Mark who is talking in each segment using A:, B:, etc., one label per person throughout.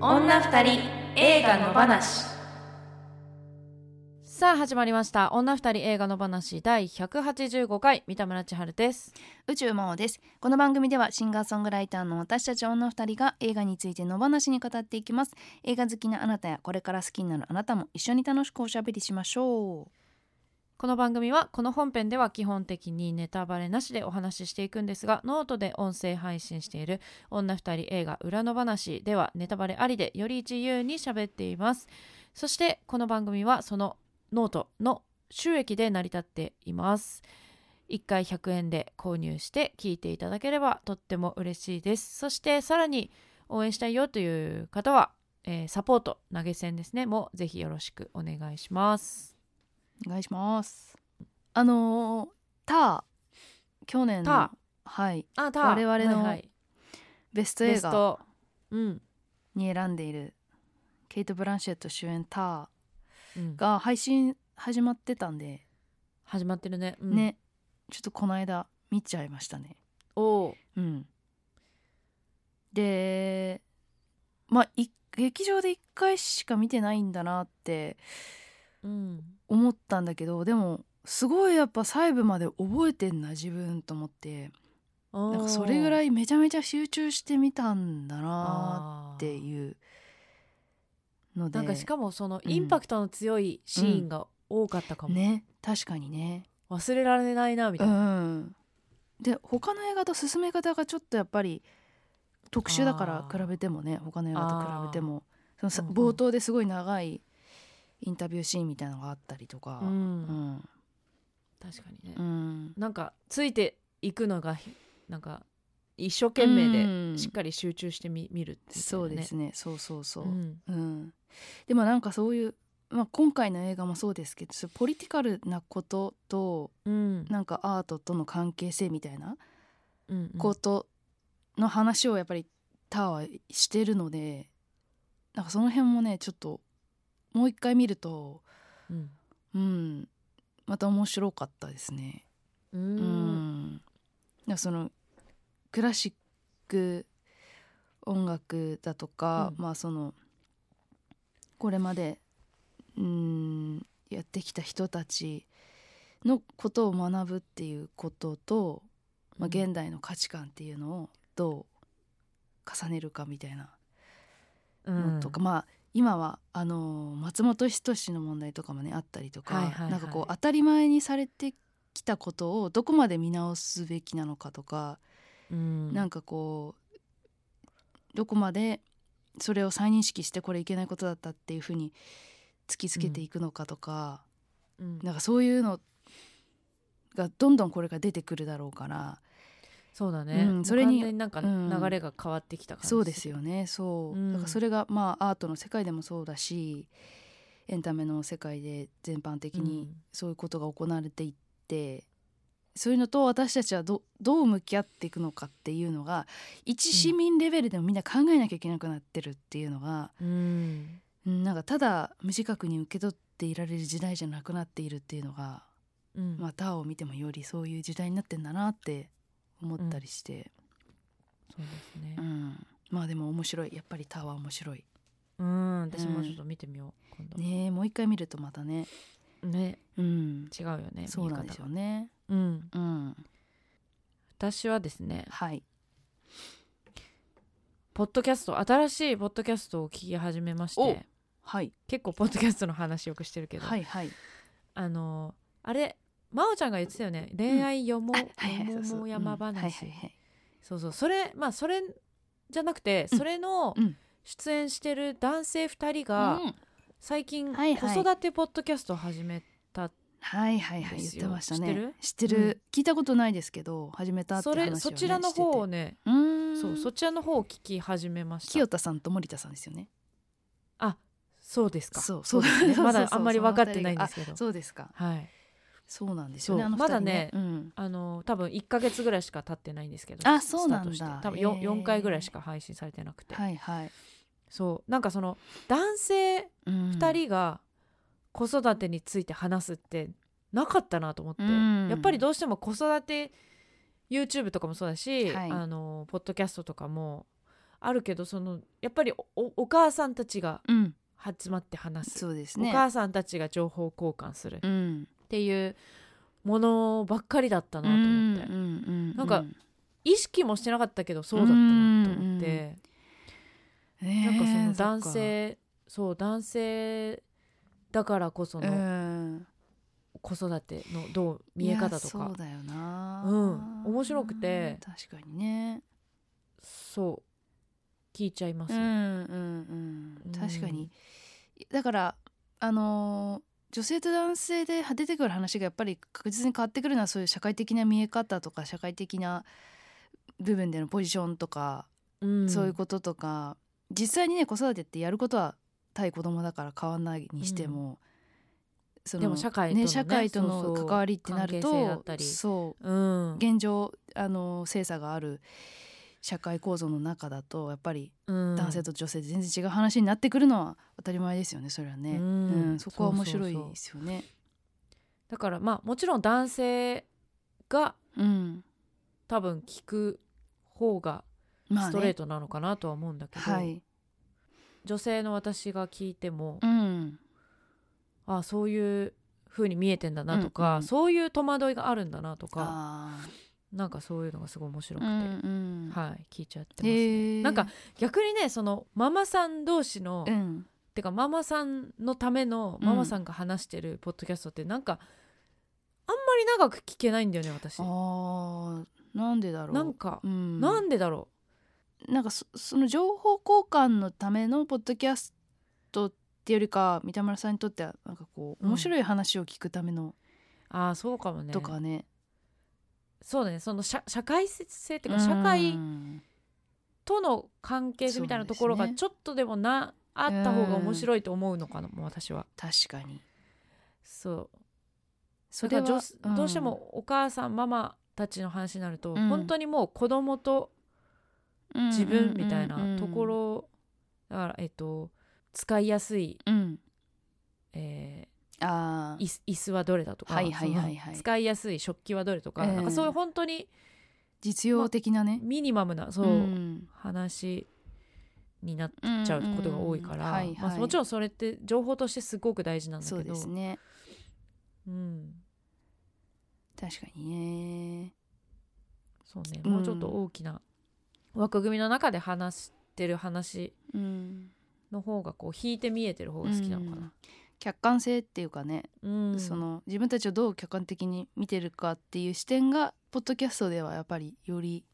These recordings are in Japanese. A: 女二人映画の話さあ始まりました女二人映画の話第185回三田村千春です
B: 宇宙魔王ですこの番組ではシンガーソングライターの私たち女二人が映画について野放しに語っていきます映画好きなあなたやこれから好きになるあなたも一緒に楽しくおしゃべりしましょ
A: この番組はこの本編では基本的にネタバレなしでお話ししていくんですがノートで音声配信している「女二人映画裏の話」ではネタバレありでより自由に喋っていますそしてこの番組はそのノートの収益で成り立っています1回100円で購入して聞いていただければとっても嬉しいですそしてさらに応援したいよという方は、えーサポート投げ銭ですねもぜひよろしくお願いします
B: うお願いしますあのー、ター去年の
A: タ
B: はい
A: あ
B: ー我々のベスト映
A: ベス
B: 画
A: トうん、
B: に選んでいるケイト・ブランシェット主演タ
A: うん
B: ーが配信始まってたんで、
A: 始まってるね、うん、
B: ねちょっとこの間見ちゃいましたね
A: おう
B: うん、でまあい劇場で1回しか見てないんだなって
A: うん
B: 思ったんだけどでもすごいやっぱ細部まで覚えてんな自分と思ってなんかそれぐら
A: い
B: いめちゃめちゃ集中してみたんだなっていうので
A: なんかしかもその
B: うん
A: インパクトの強いシーンが多かったかも、
B: ね確かにね
A: 忘れられないなみた
B: う
A: いな、
B: んで他の映画と進め方がちょっとやっぱり特殊だから
A: あー
B: 比べてもね他の映画と比べてもそのさ、
A: うんうん
B: 冒頭ですごい長いインタビューシーンみたいなのがあったりとか、
A: う
B: うんん
A: 確かにね、
B: うん、
A: なんかついていくのがひなんか一生懸命
B: う
A: で
B: ん
A: しっかり集中してみ、見るみたいなね
B: そうですねそうそうそう、うん
A: ん
B: でもなんかそういう、まあ、今回の映画もそうですけどそうポリティカルなことと
A: うん
B: なんかアートとの関係性みたいな
A: うんうん
B: ことの話をやっぱりターはしてるのでなんかその辺もねちょっともう一回見ると
A: うん
B: うんまた面白かったですね。
A: う
B: うんん、なんかそのクラシック音楽だとか、
A: うん
B: まあそのこれまでうんやってきた人たちのことを学ぶっていうことと、まあ、現代の価値観っていうのをどう重ねるかみたいなのとか、まあ今はあのー松本人志の問題とかもねあったりとか、
A: はいはいはい
B: なんかこう当たり前にされてきたことをどこまで見直すべきなのかとか、
A: うん、
B: なんかこうどこまでそれを再認識してこれいけないことだったっていうふうに突きつけていくのかとか、
A: うん
B: なんかそういうのがどんどんこれから出てくるだろうから、
A: そうだね、
B: うんそれに
A: 完全なんか
B: うん
A: 流れが変わってきた感じ
B: そうですよねそ
A: う
B: う、
A: ん
B: だからそれがまあアートの世界でもそうだしエンタメの世界で全般的
A: う
B: に
A: ん
B: そういうことが行われていって、そういうのと私たちはどどう向き合っていくのかっていうのが一市民レベルでもみんな考えなきゃいけなくなってるっていうのが、
A: うん
B: うんなんかただ無自覚に受け取っていられる時代じゃなくなっているっていうのが、
A: うん
B: まあ、ターを見てもよりそういう時代になってんだなって思ったりして、
A: そうですね
B: うんまあでも面白いやっぱりターは面白い。
A: うん、私もちょっと見てみよう、今
B: ねえもう一回見るとまたね
A: 度ね
B: うん
A: 違うよね
B: そうなんですよ
A: 見え
B: ね
A: 方がうん
B: うん
A: 私はですね
B: はい
A: ポッドキャスト新しいポッドキャストを聞き始めまし
B: お
A: て
B: はい
A: 結構ポッドキャストの話よくしてるけど、
B: はいはい
A: あのあれ真央ちゃんが言ってたよね恋愛よも、
B: あはいはい
A: よ
B: そう
A: も
B: そう
A: も山
B: うん
A: 話、
B: はいはいはい
A: そうそうそれまあそれじゃなくて、
B: うん
A: それの
B: うん
A: 出演してる男性2人が
B: うん
A: 最近
B: はい
A: 子
B: はい
A: 育てポッドキャストを始め
B: はいはいは
A: で
B: い言っ
A: すよ
B: てましたね知って
A: る
B: る聞いたことないですけど始めたって
A: そ
B: 話を
A: れ
B: ね
A: そちらの方を
B: してて
A: ね
B: うーん
A: そうそちらの方を聞き始めました
B: 清田さんと森田さんですよね
A: そうですか
B: そうそう
A: ですね まだ
B: そうそうそ
A: あ
B: う
A: んまり分かってないんですけど
B: そうですか
A: はい
B: そうなんですよね
A: そう
B: あの二人
A: まだね
B: うん
A: あの多分1ヶ月ぐらいしか経ってないんですけど
B: あそうなんだ
A: スタートして多分
B: へー
A: 4, 4回ぐらいしか配信されてなくて、
B: はいはい
A: そうなんかその男性
B: 二
A: 2人が子育てについて話すってなかったなと思って、
B: うん
A: やっぱりどうしても子育て YouTube とかもそうだし、
B: はい
A: あのポッドキャストとかもあるけどそのやっぱりおおお母さんたちが
B: うん、
A: 集まって話す、
B: そうです
A: お
B: ね。
A: 母さんたちが情報交換するっ
B: うん、
A: ていうものばっかりだったなと
B: うん
A: 思って、
B: うんうん、
A: なんか
B: う
A: 意識もしてなかったけどそうだったなと思って、
B: ねえ
A: なんかその男
B: そっか
A: 性そう男性だからこその
B: うん
A: 子育てのどう見え方と
B: いやそ
A: か
B: うだよな
A: うん面白くて
B: 確かにね
A: そう聞いちゃいます、
B: うんうんうん確かにだからあのー女性と男性で出てくる話がやっぱり確実に変わってくるのはそういう社会的な見え方とか社会的な部分でのポジションとか、
A: うん
B: そういうこととか実際にね子育てってやることは対子供だから変わんないにしても、その
A: でも社会とのね
B: ね社会と
A: そ
B: の
A: うそう
B: 関わりってなると
A: 関係性だったり
B: そう
A: うん
B: 現状あの性差がある社会構造の中だとやっぱり
A: うん
B: 男性と女性で全然違う話になってくるのは当たり前ですよねそれはね、
A: う
B: うんんそこは面白い
A: そうそうそう
B: ですよね
A: だからまあもちろん男性が
B: うん
A: 多分聞く方が
B: まあ
A: ス
B: ね
A: トレートなのかなとは思うんだけど、
B: はい
A: 女性の私が聞いても、
B: うん
A: あそういう風に見えてんだなとか、
B: うんうん
A: そういう戸惑いがあるんだなとか
B: あ
A: なんかそういうのがすごい面白
B: ー
A: く
B: う
A: て、
B: んうん
A: はい聞いちゃってます、
B: へー
A: なんか逆にねそのママさん同士の、
B: うん
A: てかママさんのための
B: うん
A: ママさんが話してるポッドキャストってなんかあんまり長く聞けないんだよね私
B: あ。ーなんでだろう
A: なんか
B: う、ん、
A: なんでだろ
B: なんかそその情報交換のためのポッドキャストってよりか三田村さんにとってはなんかこう
A: うん
B: 面白い話を聞くための
A: うああそうかもね
B: とかね、
A: そうだねその社社会性っていうか
B: うん
A: 社会との関係性みたいなところ
B: そう
A: が
B: ですね
A: ちょっとでもな、あった方が面白いと思うのかなもう私は
B: 確かに
A: そう
B: そ
A: だから
B: れは
A: 女性どうして、もお母さんママたちの話になると、
B: うん
A: 本当にもう子供と
B: うん
A: 自分みたいなとこ、
B: うん
A: ろだからえっと使いやすい、
B: うんうん
A: え
B: あ
A: ー椅子椅子はどれだとか、
B: はいはいはいはい
A: その使いやすい食器はどれとか,、
B: うん
A: なんかそういう本当に
B: 実用的なね、
A: ミニマムなそう、
B: うん
A: 話になっ
B: うん
A: ちゃうことが多いから、
B: うんはい
A: まあ、
B: はい
A: もちろんそれって情報としてすごく大事なんだけど
B: そうですね
A: うん、
B: 確かにね
A: そうね
B: うん
A: もうちょっと大きな枠組みの中で話してる話
B: うん
A: の方がこう引いて見えてる方が好きなのかな。
B: 客観性っていうかね、
A: うん
B: その自分たちをどう客観的に見てるかっていう視点がポッドキャストではやっぱりより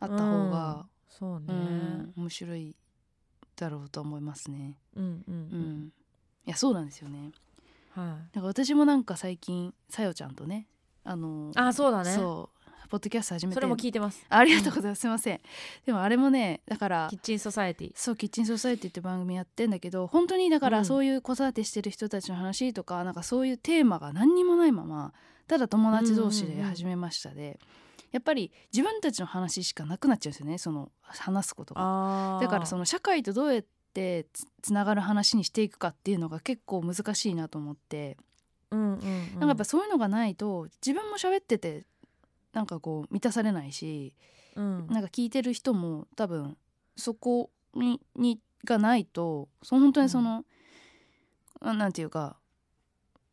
B: あった方が、
A: そうね、
B: うん面白いだろうと思いますね。
A: うんうん
B: う
A: うんん
B: いやそうなんですよね。
A: はい、
B: なんか私もなんか最近さよちゃんとねあの
A: あそうだねそ
B: そうポッドキャスト始めて
A: れも聞いてます
B: ありがとうございます、すいませんでもあれもねだから
A: キッチンソサエティ
B: そう「キッチンソサイティ」って番組やってんだけど本当にだか
A: う
B: ら
A: ん
B: そういう子育てしてる人たちの話とか、なんかそういうテーマが何にもないままただ友達同士
A: うんうん
B: で
A: うん
B: 始めましたで、やっぱり自分たちの話しかなくなっちゃうんですよねその話すことが。
A: あ
B: だからそ
A: の
B: の社会とどうやってつつながる話にしていくかっていうのが結構難しいなと思って、
A: うんうん、うん、
B: なんかやっぱそういうのがないと自分も喋っててなんかこう満たされないし
A: うん
B: なんか聞いてる人も多分そこににがないとその本当にその、あなんていうか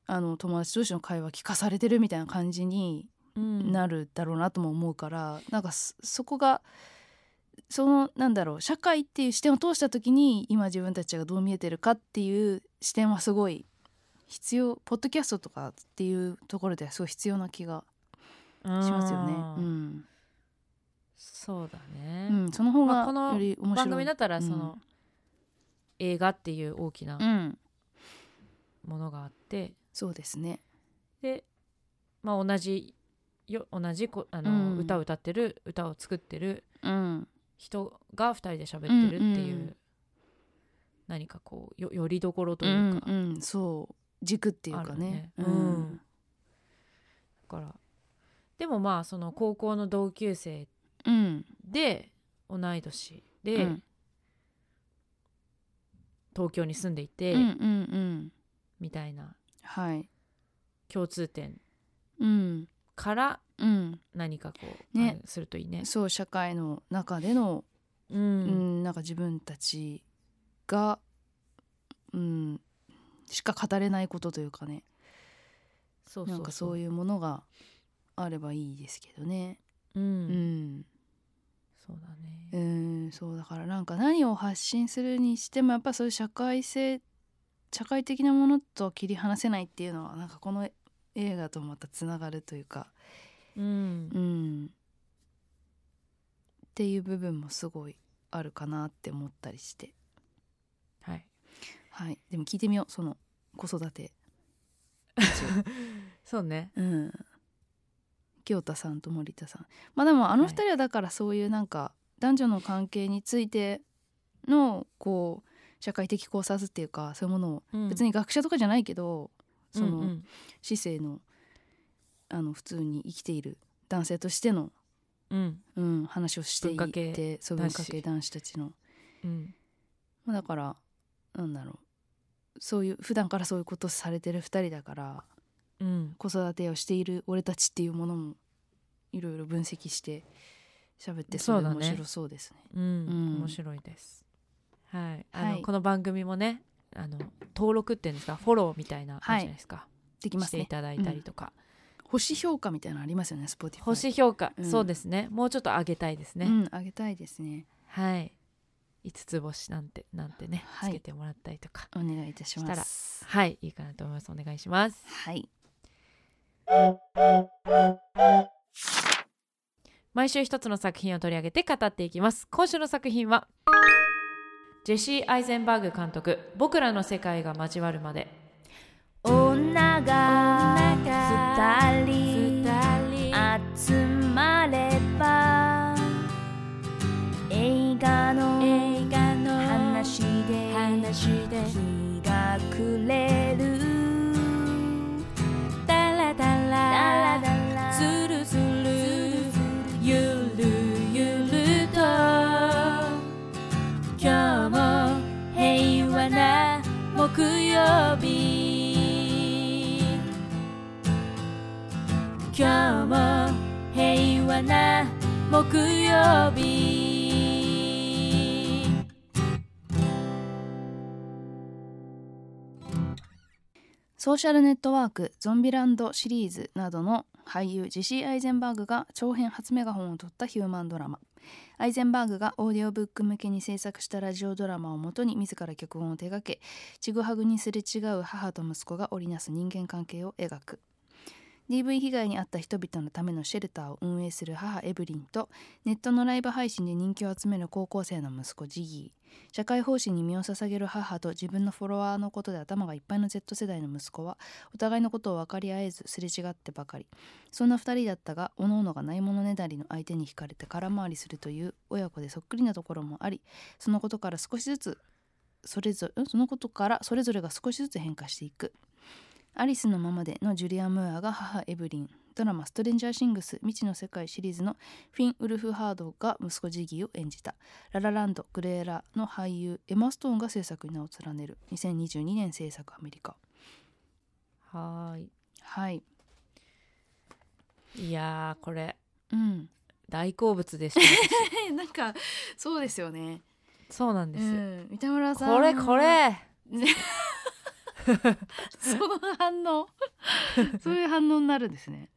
B: あの友達同士の会話聞かされてるみたいな感じに
A: うん
B: なるだろうなとも思うから、なんかそそこがそのなんだろう社会っていう視点を通した時に今自分たちがどう見えてるかっていう視点はすごい必要ポッドキャストとかっていうところではすごい必要な気が
A: し
B: しますよね。
A: そうだ
B: う
A: ね、
B: んうん、その方
A: まあ
B: が
A: この
B: より面白い、
A: 番組だったら
B: うん
A: その、映画っていう大きな
B: うん、
A: ものがあって
B: そうですね。
A: で、まあ、同じよ同じこあの、
B: うん
A: 歌を歌ってる歌を作ってる
B: うん、
A: 人が2人で喋ってるっていう、
B: うんうん
A: 何かこうよよりどころと
B: う
A: いうんか、
B: う
A: だ
B: ん、そう軸っていうかね。
A: あるねうんからでもまあその高校の同級生
B: うん、
A: で同い年で、
B: うん、
A: 東京に住んでいて、
B: うん、うん、うん、
A: みたいな
B: はい、
A: 共通点
B: うん、
A: から
B: うん、
A: 何かこう、
B: ね
A: あれするといいね。
B: そう社会の中での
A: う
B: うん
A: ん
B: なんか自分たちが、うん、しか語れないことというかね
A: そう
B: なんかそういうものがあればいいですけどね。
A: う
B: うんん
A: そうだ
B: う
A: ね
B: んそうだからなんか何を発信するにしてもやっぱそういう社会性社会的なものと切り離せないっていうのはなんかこの映画とまたつながるというか、
A: うん
B: うん、っていう部分もすごいあるかなって思ったりして、
A: はい
B: はい、でも聞いてみようその子育て、
A: そうね
B: うん、清田さんと森田さんまあでもあの二人はだからそういうなんか男女の関係についてのこう社会的考察っていうかそういうものを別
A: に
B: に学者とかじゃないけど、そ
A: うんう
B: の
A: ん
B: 市政のあの普通に生きている男性としての、
A: うん
B: うん、話をしてい
A: 文化
B: て
A: 系
B: そう
A: 男
B: 文
A: 子
B: 化系男子たちの
A: うん
B: まあだからなんだろうそういう普段からそういうことされてる二人だから
A: うん
B: 子育てをしている俺たちっていうものもいろいろ分析して喋ってそ
A: そう
B: れ
A: だね
B: 面白そうですね。
A: うん
B: うん
A: 面白いですはいあ
B: は
A: の
B: い
A: この番組もねあの登録っていうんですかフォローみたいなあ
B: はい
A: るじゃないですか
B: できま
A: し
B: す
A: てい
B: ね。
A: ただいたりとか
B: 星評価みたいなのありますよね Spotify。
A: 星評価
B: うん
A: そうですねもうちょっと上げたいですね
B: うんあげたいですね。
A: はい5つ星なんてなんてね
B: は
A: つ
B: い
A: けてもらったりとか
B: お願いいたします。
A: はいいいかなと思いますお願いします
B: はい
A: 毎週一つの作品を取り上げて語っていきます今週の作品はジェシー・アイゼンバーグ監督「僕らの世界が交わるまで
C: 女が二人」集まれば映画の話で日が暮れるダラダラズルズルゆるゆると今日も平和な木曜日今日も平和な木曜日
B: ソーシャルネットワーク「ゾンビランド」シリーズなどの俳優ジェシー・アイゼンバーグが長編初メガホンを取ったヒューマンドラマアイゼンバーグがオーディオブック向けに制作したラジオドラマをもとに自ら脚本を手掛けちぐはぐにすれ違う母と息子が織りなす人間関係を描く DV 被害に遭った人々のためのシェルターを運営する母エブリンとネットのライブ配信で人気を集める高校生の息子ジギー社会奉仕に身を捧げる母と自分のフォロワーのことで頭がいっぱいの Z 世代の息子はお互いのことを分かり合えずすれ違ってばかりそんな2人だったが各々がないものねだりの相手に惹かれて空回りするという親子でそっくりなところもありそのことから少しずつそれぞれんそのことからそれぞれが少しずつ変化していく「アリスのままで」のジュリア・ムーアが母エブリンドラマ「ストレンジャー・シングス未知の世界」シリーズのフィン・ウルフハードが息子ジギーを演じたララランド、グレーラの俳優エマ・ストーンが制作に名を連ねる2022年制作アメリカ
A: はー
B: はい
A: いいやーこれ
B: うん
A: 大好物 でした
B: なんかそうですよね
A: そうなんです、
B: うん三田村さん
A: これこれ
B: その反 応そういう反応になるんですね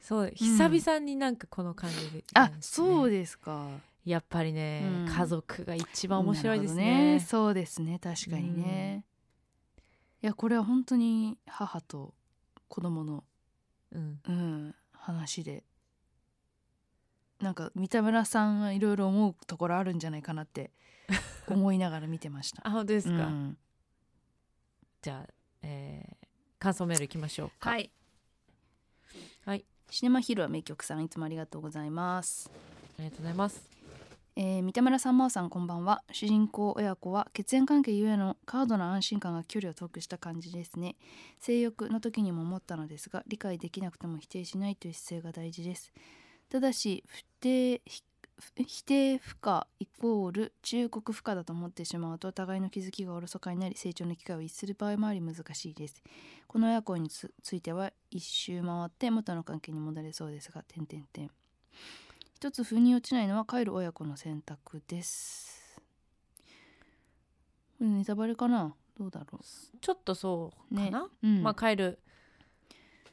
A: そう久々になんかこの感じで、
B: あそう
A: で
B: ですか
A: やっぱりね、
B: うん
A: 家族が一番面白いです
B: なるほど
A: ね
B: そうですね確かにね、いやこれは本当に母と子供の
A: うん
B: うん、話でなんか三田村さんはいろいろ思うところあるんじゃないかなって 思いながら見てました。
A: あ本当ですか、
B: うん
A: じゃあ、えー感想メールいきましょうか
B: はい、
A: はい
B: シネマヒルは名曲さんいつもありがとうございます。
A: ありがとうございます
B: えー三田村さん真央さんこんばんは主人公親子は血縁関係ゆえの高度な安心感が距離を遠くした感じですね性欲の時にも思ったのですが理解できなくても否定しないという姿勢が大事ですただし不定ひ否定不可イコール忠告不可だと思ってしまうとお互いの気づきがおろそかになり成長の機会を逸する場合もあり難しいですこの親子につついては一周回って元の関係に戻れそうですが点点点一つ腑に落ちないのは帰る親子の選択ですこれネタバレかなどうだろ
A: ちょっとそうかな、
B: う、うん
A: まあ帰る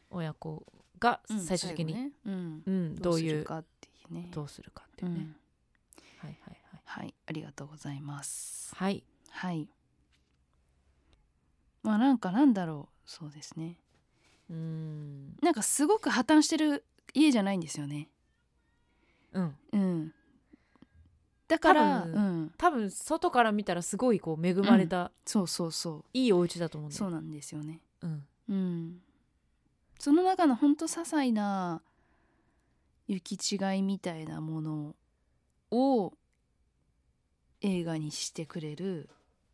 A: 親子が
B: うん
A: 最終的に、
B: 最後ねうん
A: うん、ど
B: ど
A: う
B: う
A: い
B: いううかっていうね
A: どうするかっていうね、
B: うん
A: はいはいはい
B: はいありがとうございます
A: はい
B: はいまあなんかなんだろうそうですね
A: うん
B: なんかすごく破綻してる家じゃないんですよね
A: うん
B: うんだから、
A: 多
B: う
A: 分
B: ん、
A: 多分外から見たらすごいこう恵まれた、
B: そうそうそ
A: いいお家だと思うん
B: う
A: だ
B: そ
A: よ
B: うなんですよね
A: うん
B: うんその中のほんと些細な行き違いみたいなものを映画にしてくれる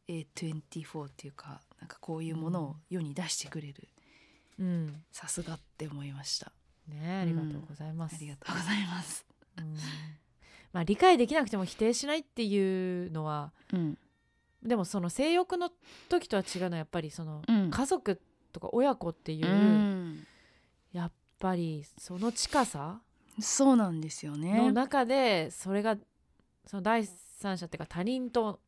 B: A24 っていうかなんかこういうものを世に出してくれる
A: うん
B: さすがって思いました
A: ねえありがとうございま
B: あ
A: す、
B: りがとうございます
A: うんまあ理解できなくても否定しないっていうのは
B: うん
A: でもその性欲の時とは違うのはやっぱりその
B: うん
A: 家族とか親子っていう、
B: うん
A: やっぱりその近さ
B: そうなんですよね
A: の中でそれがその第三者っていうか他人と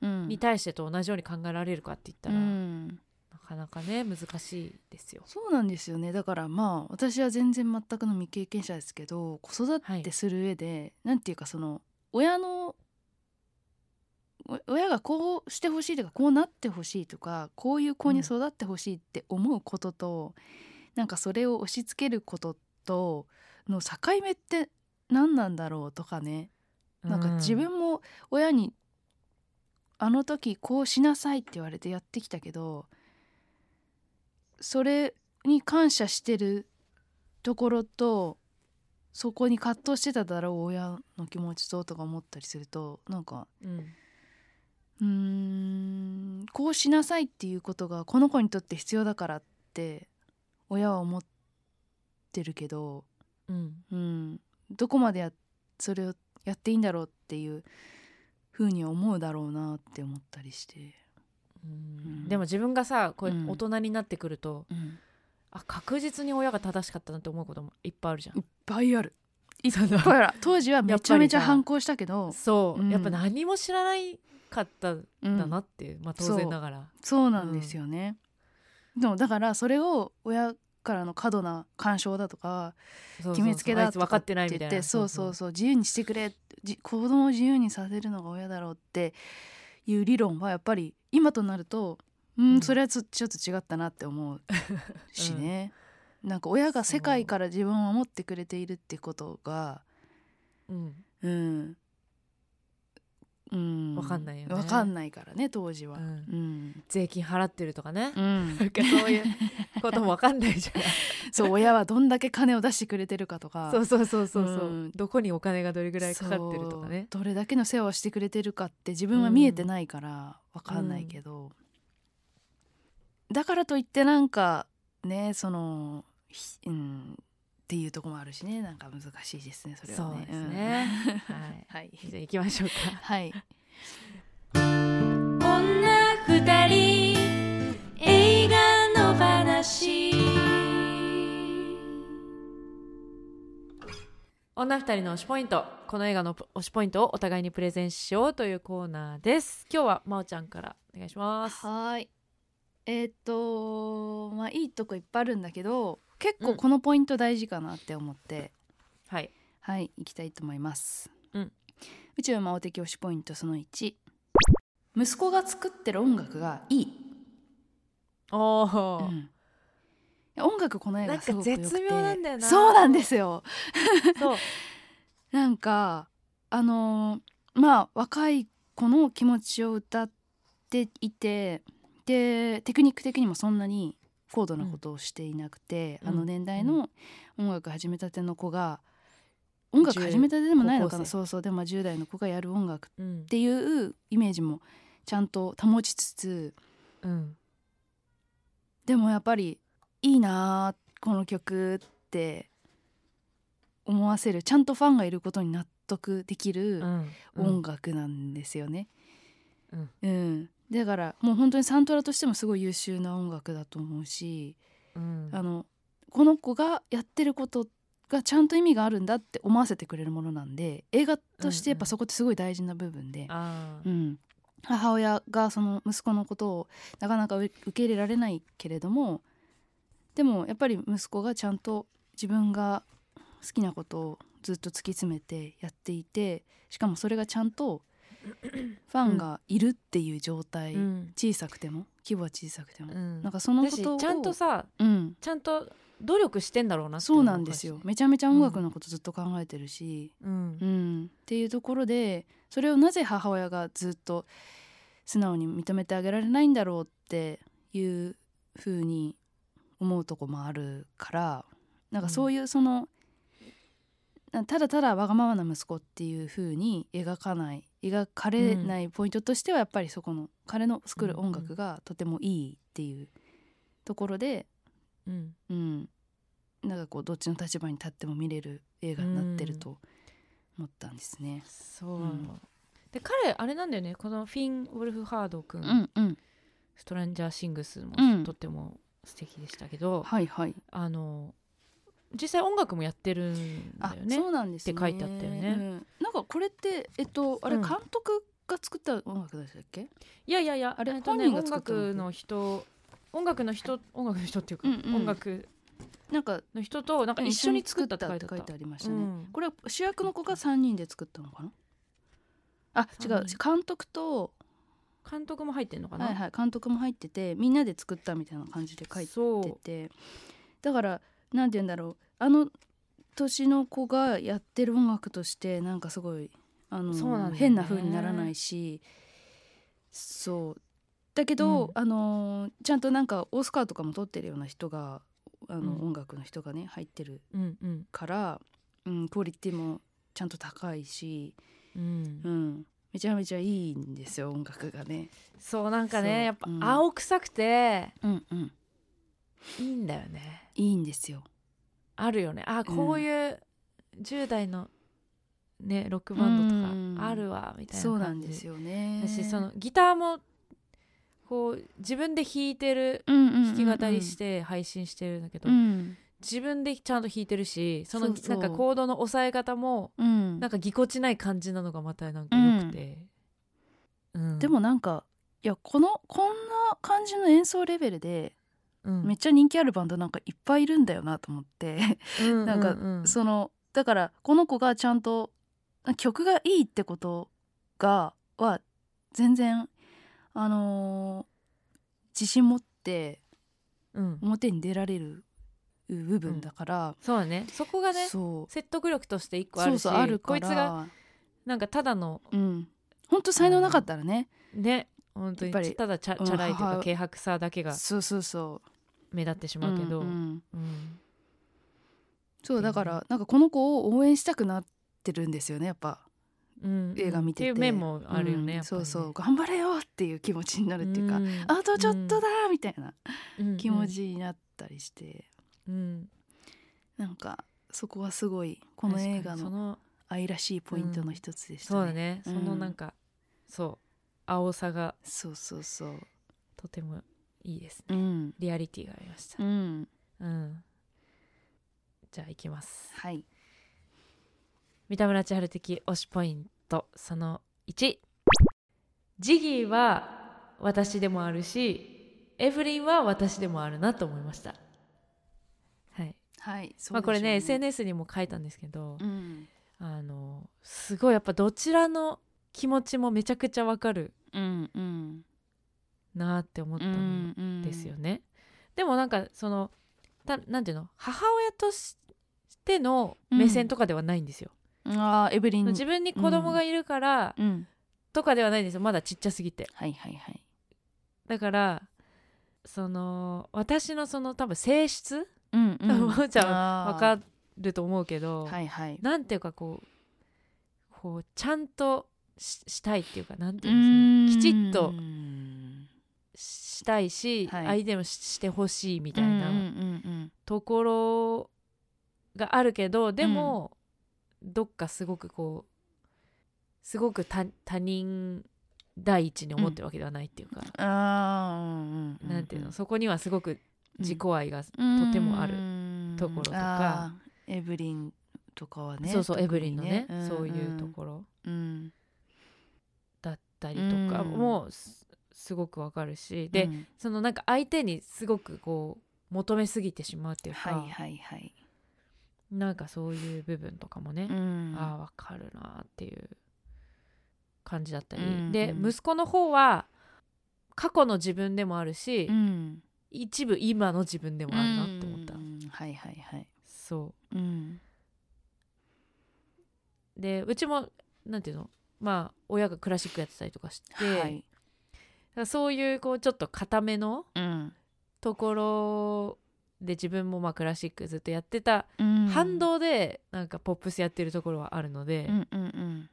B: うん
A: に対してと同じように考えられるかって言ったら、
B: うん
A: なかなかね難しいですよ。
B: そうなんですよねだからまあ私は全然全くの未経験者ですけど子育
A: はい
B: てする上で、なんていうかその親のお親がこうしてほしいとかこうなってほしいとかこういう子に育ってほしいって思うことと、なんかそれを押し付けることとの境目って何なんだろうとかねなんか
A: う
B: 自分も親にあの時こうしなさいって言われてやってきたけどそれに感謝してるところとそこに葛藤してただろう親の気持ちととか思ったりするとなんか
A: うん
B: うーんこうしなさいっていうことがこの子にとって必要だからって親は思ってるけど
A: うん
B: うん、どこまでやそれをやっていいんだろうっていうふうに思うだろうなって思ったりして、
A: うんでも自分がさこう
B: うん
A: 大人になってくると、あ確実に親が正しかったなって思うこともいっぱいあるじゃん
B: いっ。ぱいあるいっ
A: そうだ
B: ぱいある当時は
A: や
B: め
A: っ
B: ちゃ
A: ぱり
B: め
A: さ
B: ちゃ反抗したけど
A: そう、
B: うん
A: やっぱ何も知らないかったん
B: う、
A: だなんっていう、まあ当然ながら
B: そうなんですよね、でもだからそれを親からの過度な干渉だとか
A: そうそうそう
B: 決めつけ
A: あ
B: だ
A: いつ
B: と
A: 分
B: か
A: かっ
B: ってて
A: ない
B: 言っ
A: みたいな
B: てそうそうそう自由にしてくれじ子供を自由にさせるのが親だろうっていう理論はやっぱり今となると
A: う
B: う
A: んん
B: それはつちょっと違ったなって思うし ね、なんか親が世界から自分を守ってくれているってことが
A: う、うん
B: うん、うん、
A: わかんないよね
B: わかんないからね当時は
A: う
B: うんん、
A: 税金払ってるとかね、
B: うん
A: なんかそういうことも分かんない じゃ
B: そう親はどんだけ金を出してくれてるかと か
A: んそうそうそうそうそう、
B: うん
A: どこにお金がどれぐらいかかってるとかね
B: そうどれだけの世話をしてくれてるかって自分は見えてないからわかんないけど、だからといってなんかねそのひうんっていうとこもあるしねなんか難しいですねそれはね。
A: そうですね
B: うん
A: はい
B: はい
A: じゃあ行きましょうか
B: はい
C: 女二人映画の話
A: 女二人の推しポイントこの映画の推しポイントをお互いにプレゼンしようというコーナーです今日はまおちゃんからお願いします
B: はいえーっとまあいいとこいっぱいあるんだけど結
A: う
B: 構
A: ん
B: このポイント大事かなって思って、
A: はい
B: はい、行きたいと思います。
A: うん
B: 宇宙魔王的推しポイントその1。息子が作ってる音楽がいい。
A: お
B: う
A: お、
B: ん音楽この映画すごく良くて
A: なんか絶妙なんだよな
B: そうなんですよ。
A: そう
B: なんかあのーまあ若い子の気持ちを歌っていてでテクニック的にもそんなに高度なことをしていなくて、
A: うん
B: あの年代
A: う
B: の音楽始めたての子が音楽始めたてでもないのか
A: 高
B: な
A: 校生
B: そうそうでも10代の子がやる音楽
A: うん
B: っていうイメージもちゃんと保ちつつ
A: うん
B: でもやっぱりいいなあこの曲って思わせるちゃんとファンがいることに納得でき
A: う
B: る
A: ん
B: 音楽なんですよね。
A: うん
B: うんだからもう本当にサントラとしてもすごい優秀な音楽だと思うし
A: うん
B: あのこの子がやってることがちゃんと意味があるんだって思わせてくれるものなんで映画としてやっ
A: うんう
B: ぱ
A: ん
B: そこってすごい大事な部分で、
A: あ
B: う
A: ー
B: ん、母親がその息子のことをなかなか受け入れられないけれどもでもやっぱり息子がちゃんと自分が好きなことをずっと突き詰めてやっていてしかもそれがちゃんとファンがいるっていう状態、
A: うん
B: 小さくても規模は小さくても、
A: うん
B: なんかその
A: だ
B: こ
A: し
B: とを
A: ちゃんとさ
B: うん、
A: ちゃんと努力してんだろうなってい
B: そう
A: のが
B: なんですよめちゃめちゃ音楽のことずっと考えてるし、
A: うん
B: うんっていうところでそれをなぜ母親がずっと素直に認めてあげられないんだろうっていうふうに思うとこもあるからなんかそういうその、なただただわがままな息子っていうふうに描かない描かれないポイントとしてはやっぱりそこの彼の作る音楽がとてもいいっていうところで
A: うん
B: うん、なんかこうどっちの立場に立っても見れる映画になってると思ったんですね。
A: そう、
B: うん
A: で彼あれなんだよねこのフィン・ウルフハード君、
B: うんうん、
A: ストランジャー・シングスも
B: うん
A: とっても素敵でしたけど、
B: はいはい。
A: あの実際音楽もやってるん
B: あ
A: だよ、ね
B: そうなんですね。
A: って書いてあったよね
B: うんなんかこれってえっとあれ
A: うん
B: 監督が作った音楽でしたっけ？
A: いやいやいや
B: あれ
A: えっとね
B: 本人が
A: 音
B: 作
A: 楽
B: ったの
A: の人音楽の人音楽の人っていうか、
B: うんうん
A: 音楽
B: なんか
A: の人となんか一緒に作ったって書いてあ
B: 書
A: っ
B: い
A: た
B: てありましたね。
A: うん
B: これは主役の子が三人で作ったのかな？あ違う
A: 三人
B: 監督と
A: 監督も入ってんのかな、
B: はいはい監督も入っててみんなで作ったみたいな感じで書いてって
A: そ
B: てだからなんて言うんだろうあの年の子がやってる音楽としてなんかすごいあの
A: そうなんだよね
B: 変な風にならないしそうだけど、
A: うん
B: あのちゃんとなんかオスカーとかも取ってるような人があの、
A: うん
B: 音楽の人がね入ってる
A: ううんうん
B: から、うん、クオリティもちゃんと高いし、
A: うん
B: うん、めちゃめちゃいいんですよ音楽がね。
A: そうなんか
B: そう
A: ねやっぱ
B: うん
A: 青臭くて
B: うんうん、
A: いいんだよね
B: いいんですよ。
A: あるよねあこういう10代のねロックバンドと
B: うん
A: かあるわみたいな感じ
B: そうなんですよね。
A: だしそのギターもこう自分で弾いてる弾
B: 弾
A: き語りして配信してるんだけど、
B: うん
A: 自分でちゃんと弾いてるしその
B: そうそう
A: なんかコードの押さえ方も
B: うん、
A: なんかぎこちない感じなのがまたなんか良くて、うん
B: でも、なんかいやこのこんな感じの演奏レベルで
A: うん
B: めっちゃ人気あるバンドなんかいっぱいいるんだよなと思って、なんか
A: ううう
B: そのだからこの子がちゃんと曲がいいってことがは全然あのー自信持って
A: うん
B: 表に出られる部分だから、
A: そうだねそこがね
B: そう
A: 説得力として一個あ
B: そ
A: る
B: う
A: し
B: そうあるか
A: こ
B: ら
A: いつが、なんかただの
B: うん、本当才能なかったらね、
A: ね本当に
B: やっぱり
A: ただチャ,、
B: うん
A: チャラいという
B: 母
A: か
B: 親
A: 軽薄さだけが
B: そうそうそう
A: 目立ってしまうけど、
B: うんうん
A: うん
B: そう
A: ね
B: だからなんかこの子を応援したくなってるんですよねやっぱ
A: うん
B: 映画見てて、
A: っていう面もあるよね、
B: うん
A: やっぱりね
B: そうそう頑張れよっていう気持ちになるっていうか、
A: ん
B: あとちょっとだみたいな
A: うん
B: 気持ちになったりして、
A: うん
B: なんかそこはすごいこ
A: 確
B: の
A: かに
B: 映画
A: そ
B: の
A: の
B: 愛らしいポイントの一つでした
A: そうだ
B: ね。
A: ね、
B: うん
A: そのなんかそう青さが
B: そうそうそう
A: とてもいいです
B: う
A: ね
B: ん、
A: リアリティがありました
B: うん、
A: うんじゃあ行きます
B: はい、
A: 三田村千春的推しポイントその1ジギーは私でもあるしエブリンは私でもあるなと思いましたはい
B: はい、そう
A: まあこれね
B: でしょう
A: SNS にも書いたんですけど、
B: うん、
A: あのすごいやっぱどちらの気持ちもめちゃくちゃわかる
B: うん、うん、
A: なって思ったん
B: うん、
A: ですよね、でもなんかそのたなんていうの母親としての目線とかではないんですよ、
B: うん。ああ、エブリン、
A: 自分に子供がいるから
B: うん、
A: とかではないんですよまだちっちゃすぎて
B: はいはい はい、
A: だからその私のその多分性質
B: うん、う
A: もうちゃん
B: あー
A: わかると思うけど、
B: はいはい。
A: なんていうかこうこうちゃんとししたいっていうかなんていう
B: ー
A: うんですかねきちっと
B: うん
A: したいし、
B: はい
A: 相手もししてほしいみ
B: み
A: たいな。
B: うんうん
A: ところがあるけどでも、どっかすごくこうすごく他他人第一に思ってるわけではないっていうか、
B: うん、ああ、うんうんうん、
A: なんていうのそこにはすごく自己愛が、
B: うん
A: とてもある
B: うん
A: ところとか
B: あーエブリンとかはね
A: そうそう、エブ
B: 特
A: リン
B: に
A: のね、そういうところ
B: うん
A: だったりとか
B: うん
A: もす,、すごくわかるし
B: うん
A: で、
B: うん
A: そのなんか相手にすごくこう求めすぎてしまうっていうか、
B: はいはいはい、
A: なんかそういう部分とかもね、
B: うん
A: ああわかるなっていう感じだったり、
B: うん
A: で
B: うん
A: 息子の方は過去の自分でもあるし、
B: うん
A: 一部今の自分でもあるなって思った、
B: うんはいはいはい
A: そ
B: うん
A: うでうちもなんていうのまあ親がクラシックやってたりとかして、
B: はい
A: だからそういうこうちょっと固めの
B: うん
A: ところで自分もまあクラシックずっとやってた
B: うん
A: 反動でなんかポップスやってるところはあるので、
B: うんうんうん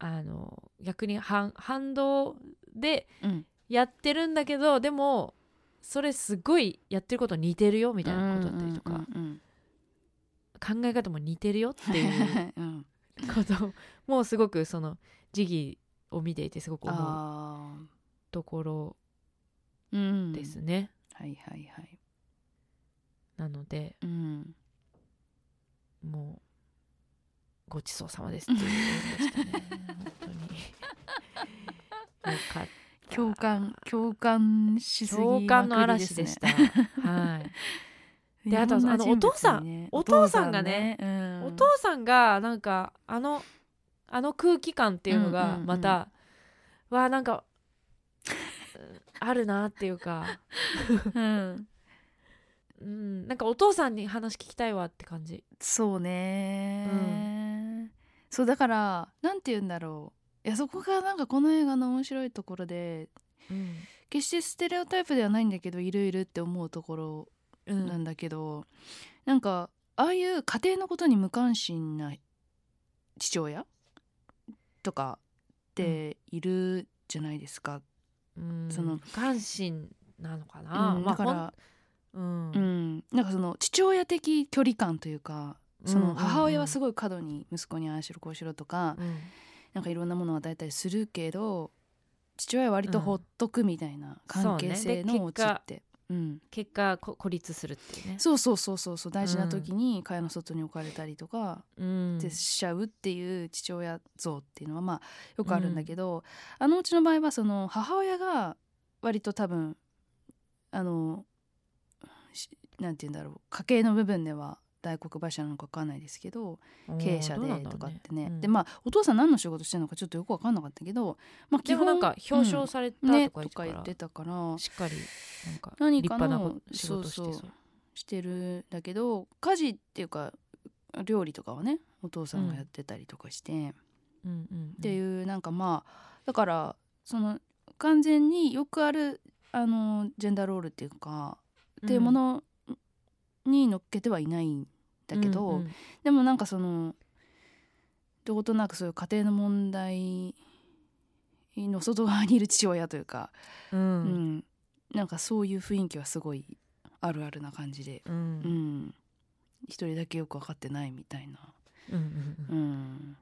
A: あの逆に反反動で
B: うん
A: やってるんだけどでもそれすごいやってること似てるよみたいなことだったりとか、
B: うんうん
A: 考え方も似てるよって
B: うん
A: いう
B: うん
A: こともうすごくその時期を見ていてすごく思う
B: あ
A: ところ
B: ーうん
A: ですね。
B: はいはいはい
A: なので
B: うん
A: もうごちそうさまです っていうことでしたね本当に。よかった
B: 共感共感しすぎ
A: 共感の
B: まくり
A: 嵐で
B: ね
A: した。はい。
B: い
A: で
B: ろんな
A: あとあの
B: 人物
A: お父さん
B: にね
A: お父さんがね
B: お父さんね
A: お父さんがなんかあのあの空気感っていうの
B: うんうん
A: が
B: うん
A: また、わあなんかうんあるなっていうか、
B: うんうん
A: うん、なんかお父さんに話聞きたいわって感じ。
B: そう
A: う
B: ね、そうだからなんて言うんだろういやそこがなんかこの映画の面白いところで
A: うん
B: 決してステレオタイプではないんだけどいるいるって思うところ
A: う
B: なん
A: ん
B: だけど、なんかああいう家庭のことに無関心な父親とかっているじゃないですか。
A: うん、
B: その
A: 無関心なのか
B: うん
A: な、まあ
B: だから、
A: ほん
B: う
A: うん
B: ん、なんかその父親的距離感というかそ
A: うんうんう
B: の
A: ん
B: 母親はすごい過度に息子にああしろこうしろとか、
A: うん
B: なんかいろんなものを与えたりするけど父親は割とほっとくみたいな関係性
A: そうねで
B: のおち
A: 結果
B: って。うん
A: 結果こ孤立するっていうね。
B: そうそうそうそうそう大事な時に蚊帳の外に置かれたりとか
A: うん
B: でしちゃうっていう父親像っていうのはまあよくあるんだけど、あのうちの場合はその母親が割と多分あのしなんて言うんだろう家計の部分では大黒柱なのか分かんないですけど経営者
A: うんどうなん
B: で
A: だろ
B: と
A: う
B: かってね
A: うん
B: でまあお父さん何の仕事してるのかちょっとよく分かんなかったけど、まあ、基
A: でも
B: 本
A: なんか表彰されたと
B: うん
A: か言
B: ね
A: ってた
B: と
A: か
B: から言ってたから
A: しっかりなんか立
B: 何か
A: 派
B: の
A: なこ仕事してそう
B: そうそうしてるんだけど家事っていうか料理とかはねお父さんがやってたりとかして、っ
A: うんうんうん
B: ていうなんかまあだからその完全によくあるあのジェンダーロールっていうか、っていうものに乗っけてはいないんだけど、
A: うんうん
B: でもなんかそのどことなくそういう家庭の問題の外側にいる父親というか、
A: うん
B: うんなんかそういう雰囲気はすごいあるあるな感じで
A: う
B: うんん、一人だけよく分かってないみたいな、
A: うんうんう
B: うんん、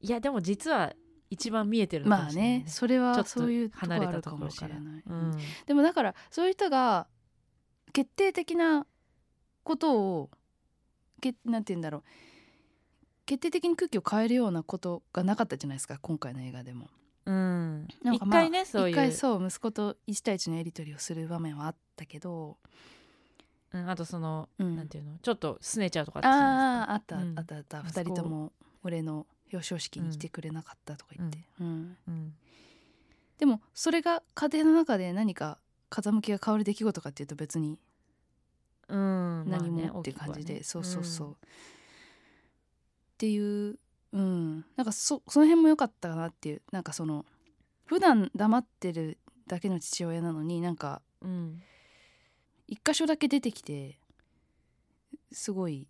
A: いやでも実は一番見えてるのか
B: ま
A: も
B: あ
A: しれない
B: ねそれ
A: ちょっと
B: はそういうとこ
A: 離れ
B: あ
A: た
B: る
A: と
B: か
A: ころ
B: もし
A: か
B: れ
A: ら
B: ない、
A: うん
B: でもだからそういう人が決定的なことをけなんて言うんだろう決定的に空気を変えるようなことがなかったじゃないですか今回の映画でも。
A: うん
B: なんか
A: 一
B: まあ
A: 回ねそうい
B: 一
A: う
B: 回そう息子と1対1のやり取りをする場面はあったけど、
A: うんあとその
B: うん
A: なんていうのちょっと拗ねちゃうとかって
B: あああったあ
A: うん
B: ったあった、
A: 息子
B: 二人とも俺の表彰式に来てくれなかったとか言って、うん
A: うん
B: でもそれが家庭の中で何か傾きが変わる出来事かっていうと別に
A: うん
B: 何
A: まあね
B: もっていう感
A: 大き
B: じで、
A: くはね
B: そうそうそう、
A: ん
B: っていううんなんかそその辺も良かったなっていうなんかその普段黙ってるだけの父親なのになんか
A: うん
B: 一箇所だけ出てきてすごい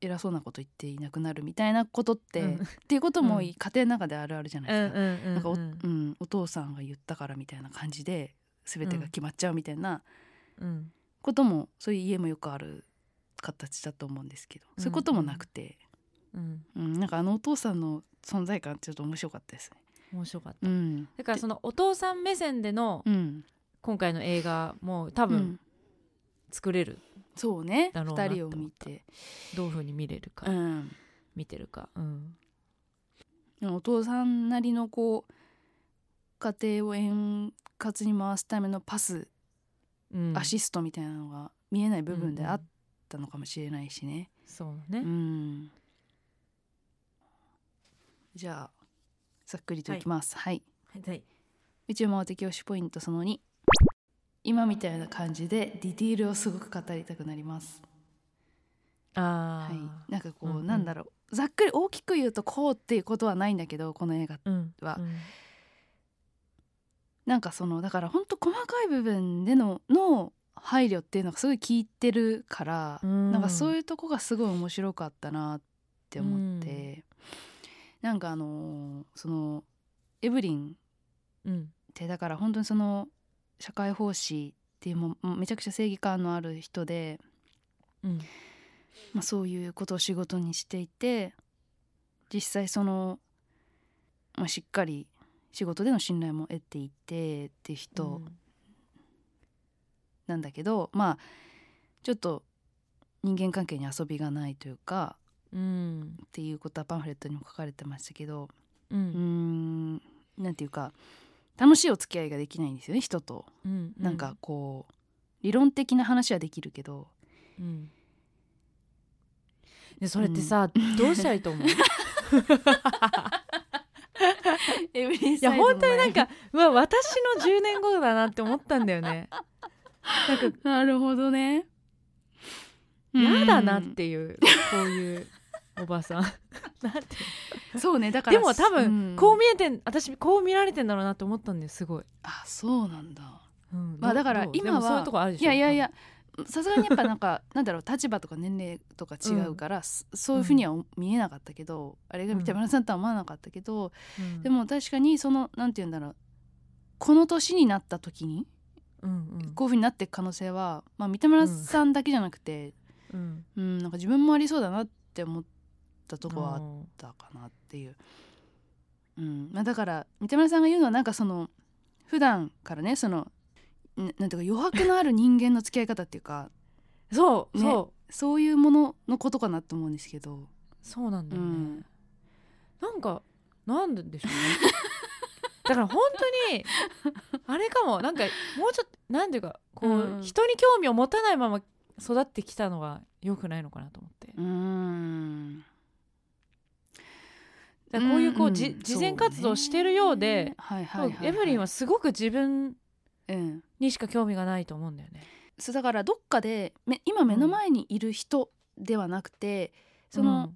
B: 偉そうなこと言っていなくなるみたいなことって、
A: うん
B: っていうことも
A: うん
B: 家庭の中であるあるじゃないうで
A: んうんうん
B: すか。なんかお,、
A: う
B: うんんお父さんが言ったからみたいな感じで全てが決まっちゃうみたいな
A: うん
B: ことも、そういう家もよくある形だと思うんですけど、そういうこともなくて、
A: うん
B: うん、なんかあのお父さんの存在感ちょっと面白かったですね。
A: 面白かった
B: うん、
A: だからそのお父さん目線での
B: うん、
A: 今回の映画も多
B: 多
A: 分作れる
B: そうね
A: だろうな
B: 2
A: って思
B: 人を
A: った
B: 見て、
A: どういうふうに見れるか、
B: うん、
A: 見てるか、うん、
B: お父さんなりのこう家庭を円滑に回すためのパス、
A: うん
B: アシストみたいなのが見えない部分で
A: うん
B: あっ
A: うん
B: たのかもしれないしね。
A: そうね、
B: うんじゃあざっくりといきます。はい、
A: はい
B: 宇宙魔王的推しポイントその2今みたいな感じでディティールをすごく語りたくなります。
A: あ
B: は
A: ー、
B: い、なんかこう、
A: うんうん
B: なんだろうざっくり大きく言うとこうっていうことはないんだけどこの映画
A: うん
B: は
A: うん
B: なんかそのだから本当細かい部分でのの配慮っていうのがすごい効いてるから、
A: うん
B: なんかそういうとこがすごい面白かったなって思って、なんかあのーそのエブリン
A: うん
B: ってだから本当にその社会奉仕っていうもうめちゃくちゃ正義感のある人で、
A: うん
B: まあ、そういうことを仕事にしていて実際その、まあ、しっかり仕事での信頼も得ていてっていう人、なんだけどまあちょっと人間関係に遊びがないというか
A: うん
B: っていうことはパンフレットにも書かれてましたけど
A: う
B: うー
A: ん
B: んなんていうか楽しいお付き合いができないんですよね人と。
A: うん
B: なんかこう理論的な話はできるけど
A: うんでそれってさ、どうしたらいいと思う い
B: エブリン
A: や本当になん
B: か
A: かうわ私の10年後だなって思ったんだよねなんか
B: なるほどね。
A: 嫌だなっていうこういうおば さんなんて
B: うんそうねだから
A: でも多分
B: ん
A: こう見えてん私こう見られてんだろうなと思ったんだよすごい、
B: あそうなんだ
A: うん
B: まあ
A: どう
B: だから
A: どう
B: 今
A: でも
B: は
A: そういうとこあるでしょ
B: いやいやいやさすがにやっぱなんかなんだろう立場とか年齢とか違うから、そそういうふうには見えなかったけど、あれが見た村さんとは思わなかったけ
A: 多
B: ど、
A: 分、
B: でも確かにそのなんて言うんだろうこの年になった時に
A: うんうん
B: こういうふうになっていく可能性は、まあ、三田村さんだけじゃなくて、
A: うん
B: うんなんか自分もありそうだなって思ったとこはあ
A: う
B: っ
A: ん
B: たかなっていう、うんまあ、だから三田村さんが言うのはなんかその普段からねそのななんていうか余白のある人間の付き合い方っていうか
A: そう
B: ね
A: そう
B: そういうもののことかなと思うんですけど。
A: そうなんだよね、
B: うん
A: なんかなんででしょうね だから本当にあれかもなんかもうちょっとなんていうかこう、
B: うんうん
A: 人に興味を持たないまま育ってきたのは良くないのかなと思って
B: うーん。
A: だからこういうこうじ
B: んん
A: 慈善活動をしてるようで、、
B: そうねはいはいはいはい
A: エブリンは、すごく自分
B: うん、
A: にしか興味がないと思うんだよね。
B: そうだからどっかでめ今目の前にいる人ではなくて、その、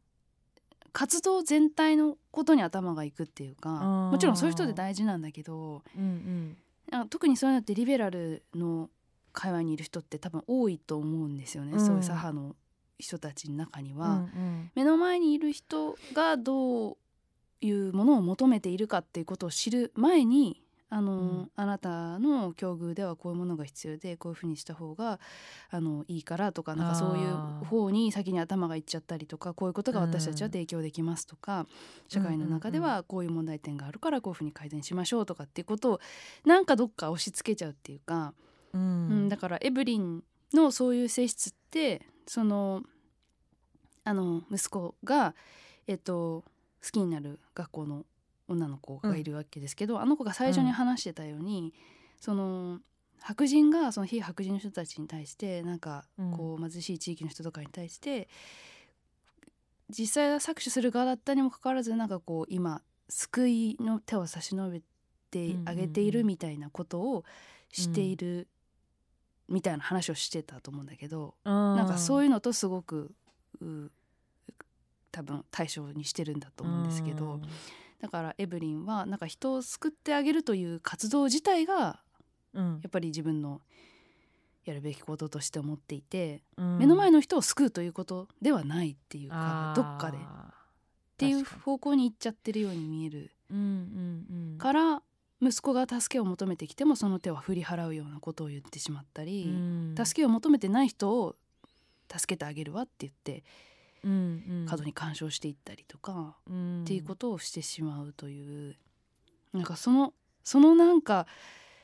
B: 活動全体のことに頭がいくっていうか、
A: あー
B: もちろんそういう人で大事なんだけど、
A: うん、うん
B: なんか特にそういうのってリベラルの界隈にいる人って多分多いと思うんですよね、
A: うん
B: そういう左派の人たちの中に
A: うん
B: は。
A: うん
B: 目の前にいる人がどういうものを求めているかっていうことを知る前にあの、
A: うん
B: あなたの境遇ではこういうものが必要でこういうふうにした方があのいいからとかなんかそう
A: あ
B: い
A: ー
B: う方に先に頭がいっちゃったりとかこういうことが私たちは提供できますとか、社会の中で
A: うんう
B: はこういう問題点があるからこういうふうに改善しましょうとかっていうことをなんかどっか押し付けちゃうっていうか、
A: う
B: うん
A: ん
B: だからエブリンのそういう性質ってそのあの息子が、えっと、好きになる学校の女の子がいるわけですけど、あの子が最初に話してたように、その白人がその非白人の人たちに対してなんか
A: うん
B: こう貧しい地域の人とかに対して、実際は搾取する側だったにもかかわらずなんかこう今救いの手を差し伸べてあげてい
A: うんうんう
B: る
A: ん
B: みたいなことをしている、みたいな話をしてたと思うんだけど、なんかそう
A: い
B: いうのとすごくう多分対象にしてるんだと
A: と
B: 思うんですけど、だからエブリンはなんか人を救ってあげるという活動自体が
A: うん
B: やっぱり自分のやるべきこととして思っていて、
A: うん、
B: 目の前の人を救うということではないっていうか
A: あー
B: どっかでっていう
A: 確かに
B: 方向に行っちゃってるように見える
A: うんうんうん、
B: から息子が助けを求めてきてもその手は振り払うようなことを言ってしまったり。助けを求めてない人を助けてあげるわって言って
A: け、うんうん、
B: 過度に干渉していったりとか、
A: っ
B: っていうこととをしてしまうというなんかそのそのなんか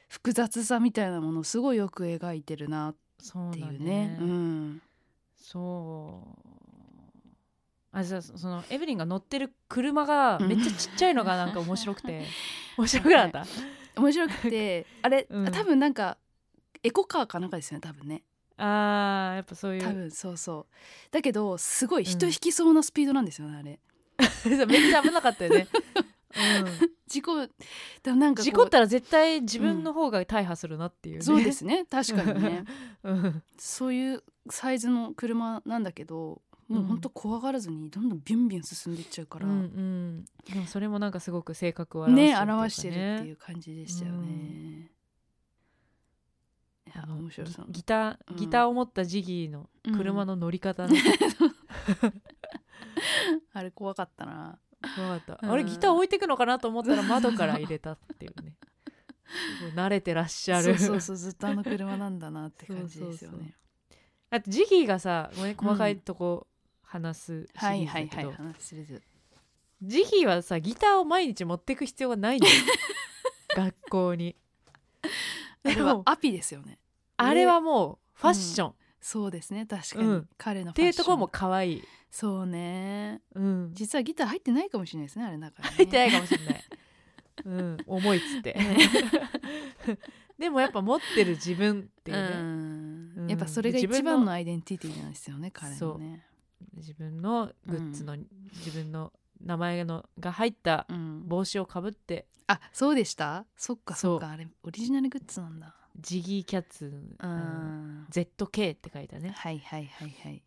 B: 複雑さみたいなものをすごいよく描いてるなっ
A: そうだ
B: ていうね。うん
A: そうあじゃあそそのエブリンが乗ってる車がめっちゃちっちゃいのがなんか面白く て面白くなかった
B: 面白く てあれ、
A: うん
B: 多分なんかエコカーかなんかですよね多分ね
A: あーやっぱそういう
B: 多分そうそうだけどすごい人引きそうなスピードなんですよね、あれ
A: めっちゃ危なかったよね、
B: 事故だなん
A: うん、
B: かこう
A: 事故ったら絶対自分の方が大破するなっていう、ね
B: そうですね確かにね
A: うん
B: そういうサイズの車なんだけどもうほんと怖がらずにどんどんビュンビュン進んでいっちゃうか
A: う
B: ら、
A: んうんでもそれもなんかすごく性格を表してる
B: ね
A: というか
B: 表してるっていうう感じでしたよね、いや
A: あの
B: 面白そう
A: ギギタ
B: う
A: ー
B: ん
A: ギターを持ったジギーの車の乗り方ね、
B: あれ怖かったな
A: 怖かった、
B: うん
A: あれギター置いてくのかなと思ったら窓から入れたっていう ねすごい慣れてらっしゃる
B: そうそ うそうずっとあの車なんだなって感じですよ
A: そうそう
B: ね
A: あとジギーがさごめん細かいとこ話すシ
B: は
A: リ
B: い
A: ーズ
B: は
A: だ
B: い
A: け
B: はい
A: ど、
B: 話するず
A: ジギーはさギターを毎日持ってく必要がないの よ学校に
B: あれ
A: で
B: は
A: も
B: アピですよね
A: あれはもうファッション、っ
B: そうですね確かに、
A: うん
B: 彼のフ
A: てい
B: ァッ
A: う
B: ショ
A: と
B: ン
A: ころも可愛い
B: そうね
A: うん
B: 実はギター入ってないかもしれないですねあれだから、ね、
A: 入ってないかもしれない、うん、重いっつって でもやっぱ持ってる自分っていうね、
B: うん
A: うん
B: やっぱそれが
A: 自
B: 一
A: 分の
B: 番のアイデンティティなんですよね彼
A: そ
B: のね
A: 自分のグッズの、自分の名前のが入った
B: うん
A: 帽子をかぶって
B: あそうでしたそっか
A: そう
B: そっかあれオリジナルグッズなんだ
A: ジギーキャッツ、
B: う
A: あの
B: ん
A: ZK って書いたね
B: はいはいはいはい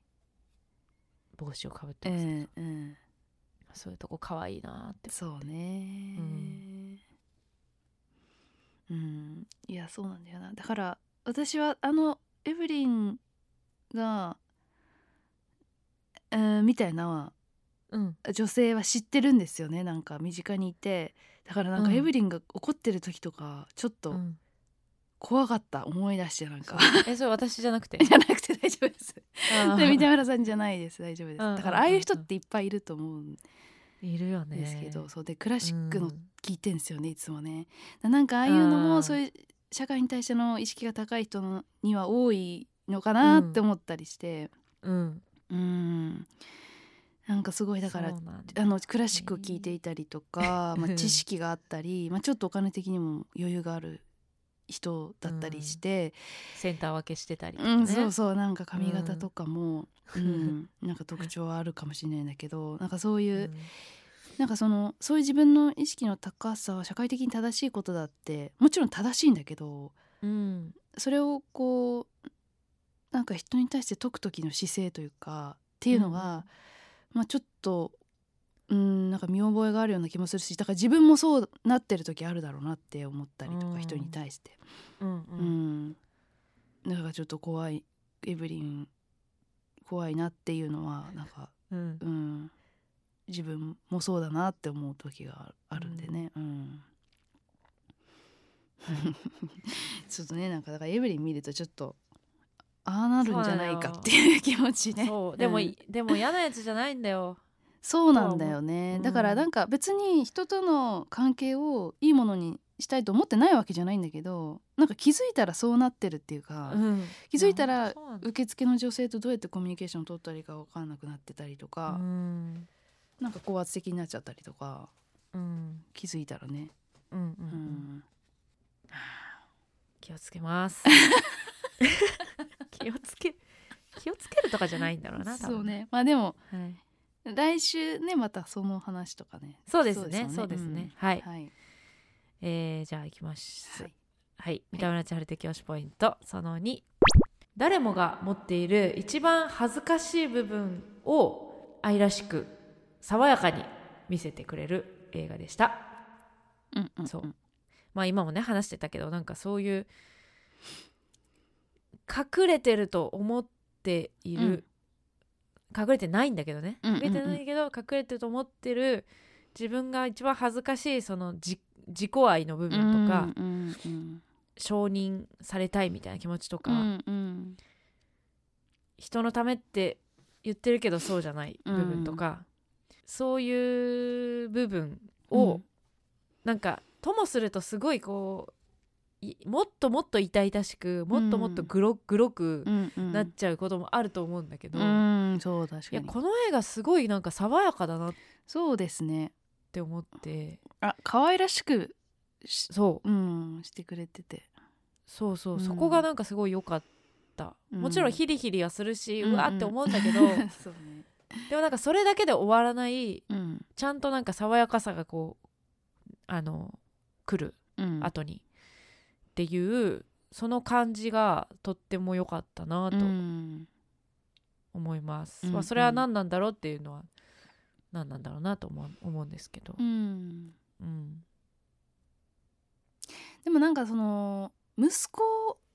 A: 帽子をかぶって
B: う
A: ます、
B: んうん
A: そういうとこ可愛いなって
B: そうね
A: うん
B: うんいやそうなんだよなだから私はあのエブリンがうんみたいなのは
A: うん
B: 女性は知ってるんですよねなんか身近にいてだからなんか
A: うん
B: エブリンが怒ってる時とかちょっと
A: うん
B: 怖かった思い出してなんか、
A: えそれ私じゃなくて
B: じゃなくて大丈夫です
A: あ
B: で
A: ー
B: 三田村さんじゃないです大丈夫です
A: うん
B: だからああいう人っていっぱいいると思うん
A: いるよね
B: ですけど、そうでクラシック
A: う
B: の
A: ん
B: 聞いてんですよねいつもねだなんかああいうの
A: あー
B: もそういう社会に対しての意識が高い人のには多いのかなって思ったりして
A: うん
B: うんなんかすごいだから
A: そうなんだ
B: あのクラシックを聴いていたりとか、まあ、知識があっ たり、まあ、ちょっとお金的にも余裕がある人だったりして、
A: センター分けしてたりと
B: う
A: か
B: ん
A: ね、
B: そうそうなんか髪型とかも、
A: う
B: う
A: ん
B: んなんか特徴はあるかもしれないんだけどなんかそういうう、
A: ん
B: なんかそのそういう自分の意識の高さは社会的に正しいことだってもちろん正しいんだけど
A: うん
B: それをこうなんか人に対して解く時の姿勢というかっていうのが、まあちょっとうんなんか見覚えがあるような気もするしだから自分もそうなってる時あるだろうなって思ったりとか、
A: うん
B: 人に対して、
A: うんう
B: うんん、だからちょっと怖いエブリン怖いなっていうのはなんか、
A: うん
B: うん、自分もそうだなって思う時があるんでね。うん ちょっとねなんかだからエブリン見るとちょっとああなるんじゃないかっていう気持ちね
A: そうでも、
B: うん
A: でも嫌なやつじゃないんだよ
B: そうなんだよね、
A: うん
B: だからなんか別に人との関係をいいものにしたいと思ってないわけじゃないんだけどなんか気づいたらそうなってるっていうか、
A: うん
B: 気づいたら
A: そうなんだ
B: 受付の女性とどうやってコミュニケーションを取ったらいいか分かんなくなってたりと
A: う
B: か、
A: ん
B: なんか高圧的になっちゃったりとか
A: うん
B: 気づいたらね、
A: うんうんう
B: うんん
A: 気をつけます 気をつけ気をつけるとかじゃないんだろうな多分
B: そう、ねまあでも
A: はい、
B: 来週ねまたその話とかね
A: そうですねそ
B: そうう
A: で
B: ですすね
A: ね、はい、
B: はい、
A: えーじゃあ行きます
B: はい
A: はい、三田村千春的推しポイントその2誰もが持っている一番恥ずかしい部分を愛らしく爽やかに見せてくれる映画でした、
B: うんうん
A: そうまあ今もね話してたけどなんかそういう隠れてると思っている、隠れてないんだけどね
B: うんうんうん
A: 隠れてないけど隠れてると思ってる自分が一番恥ずかしいその自自己愛の部分とか、
B: うんうん
A: 承認されたいみたいな気持ちと
B: う
A: か、
B: んうん
A: 人のためって言ってるけどそうじゃない部分とか、そういう部分を、
B: うん
A: なんかともするとすごいこういもっともっと痛々しくもっともっとグログロく
B: うんうん
A: なっちゃうこともあると思うんだけど、い
B: うんそう確か
A: や
B: に
A: この映画すごいなんか爽やかだなっ
B: そうですね
A: て思って
B: あ可愛らしくし
A: そう
B: うんしてくれてて
A: そうそう、
B: うん
A: そこがなんかすごい良かった、
B: うん
A: もちろんヒリヒリはするし、
B: う
A: うんわって思うんだ けど
B: そうね
A: でもなんかそれだけで終わらない
B: うん
A: ちゃんとなんか爽やかさがこうあの来る
B: うん
A: 後に、っていうその感じがとっても良かったなと
B: うん
A: 思います、
B: うん
A: まあ、それは何なんだろうっていうのは何なんだろうなと思う思うんですけど、
B: うん
A: うん
B: でもなんかその息子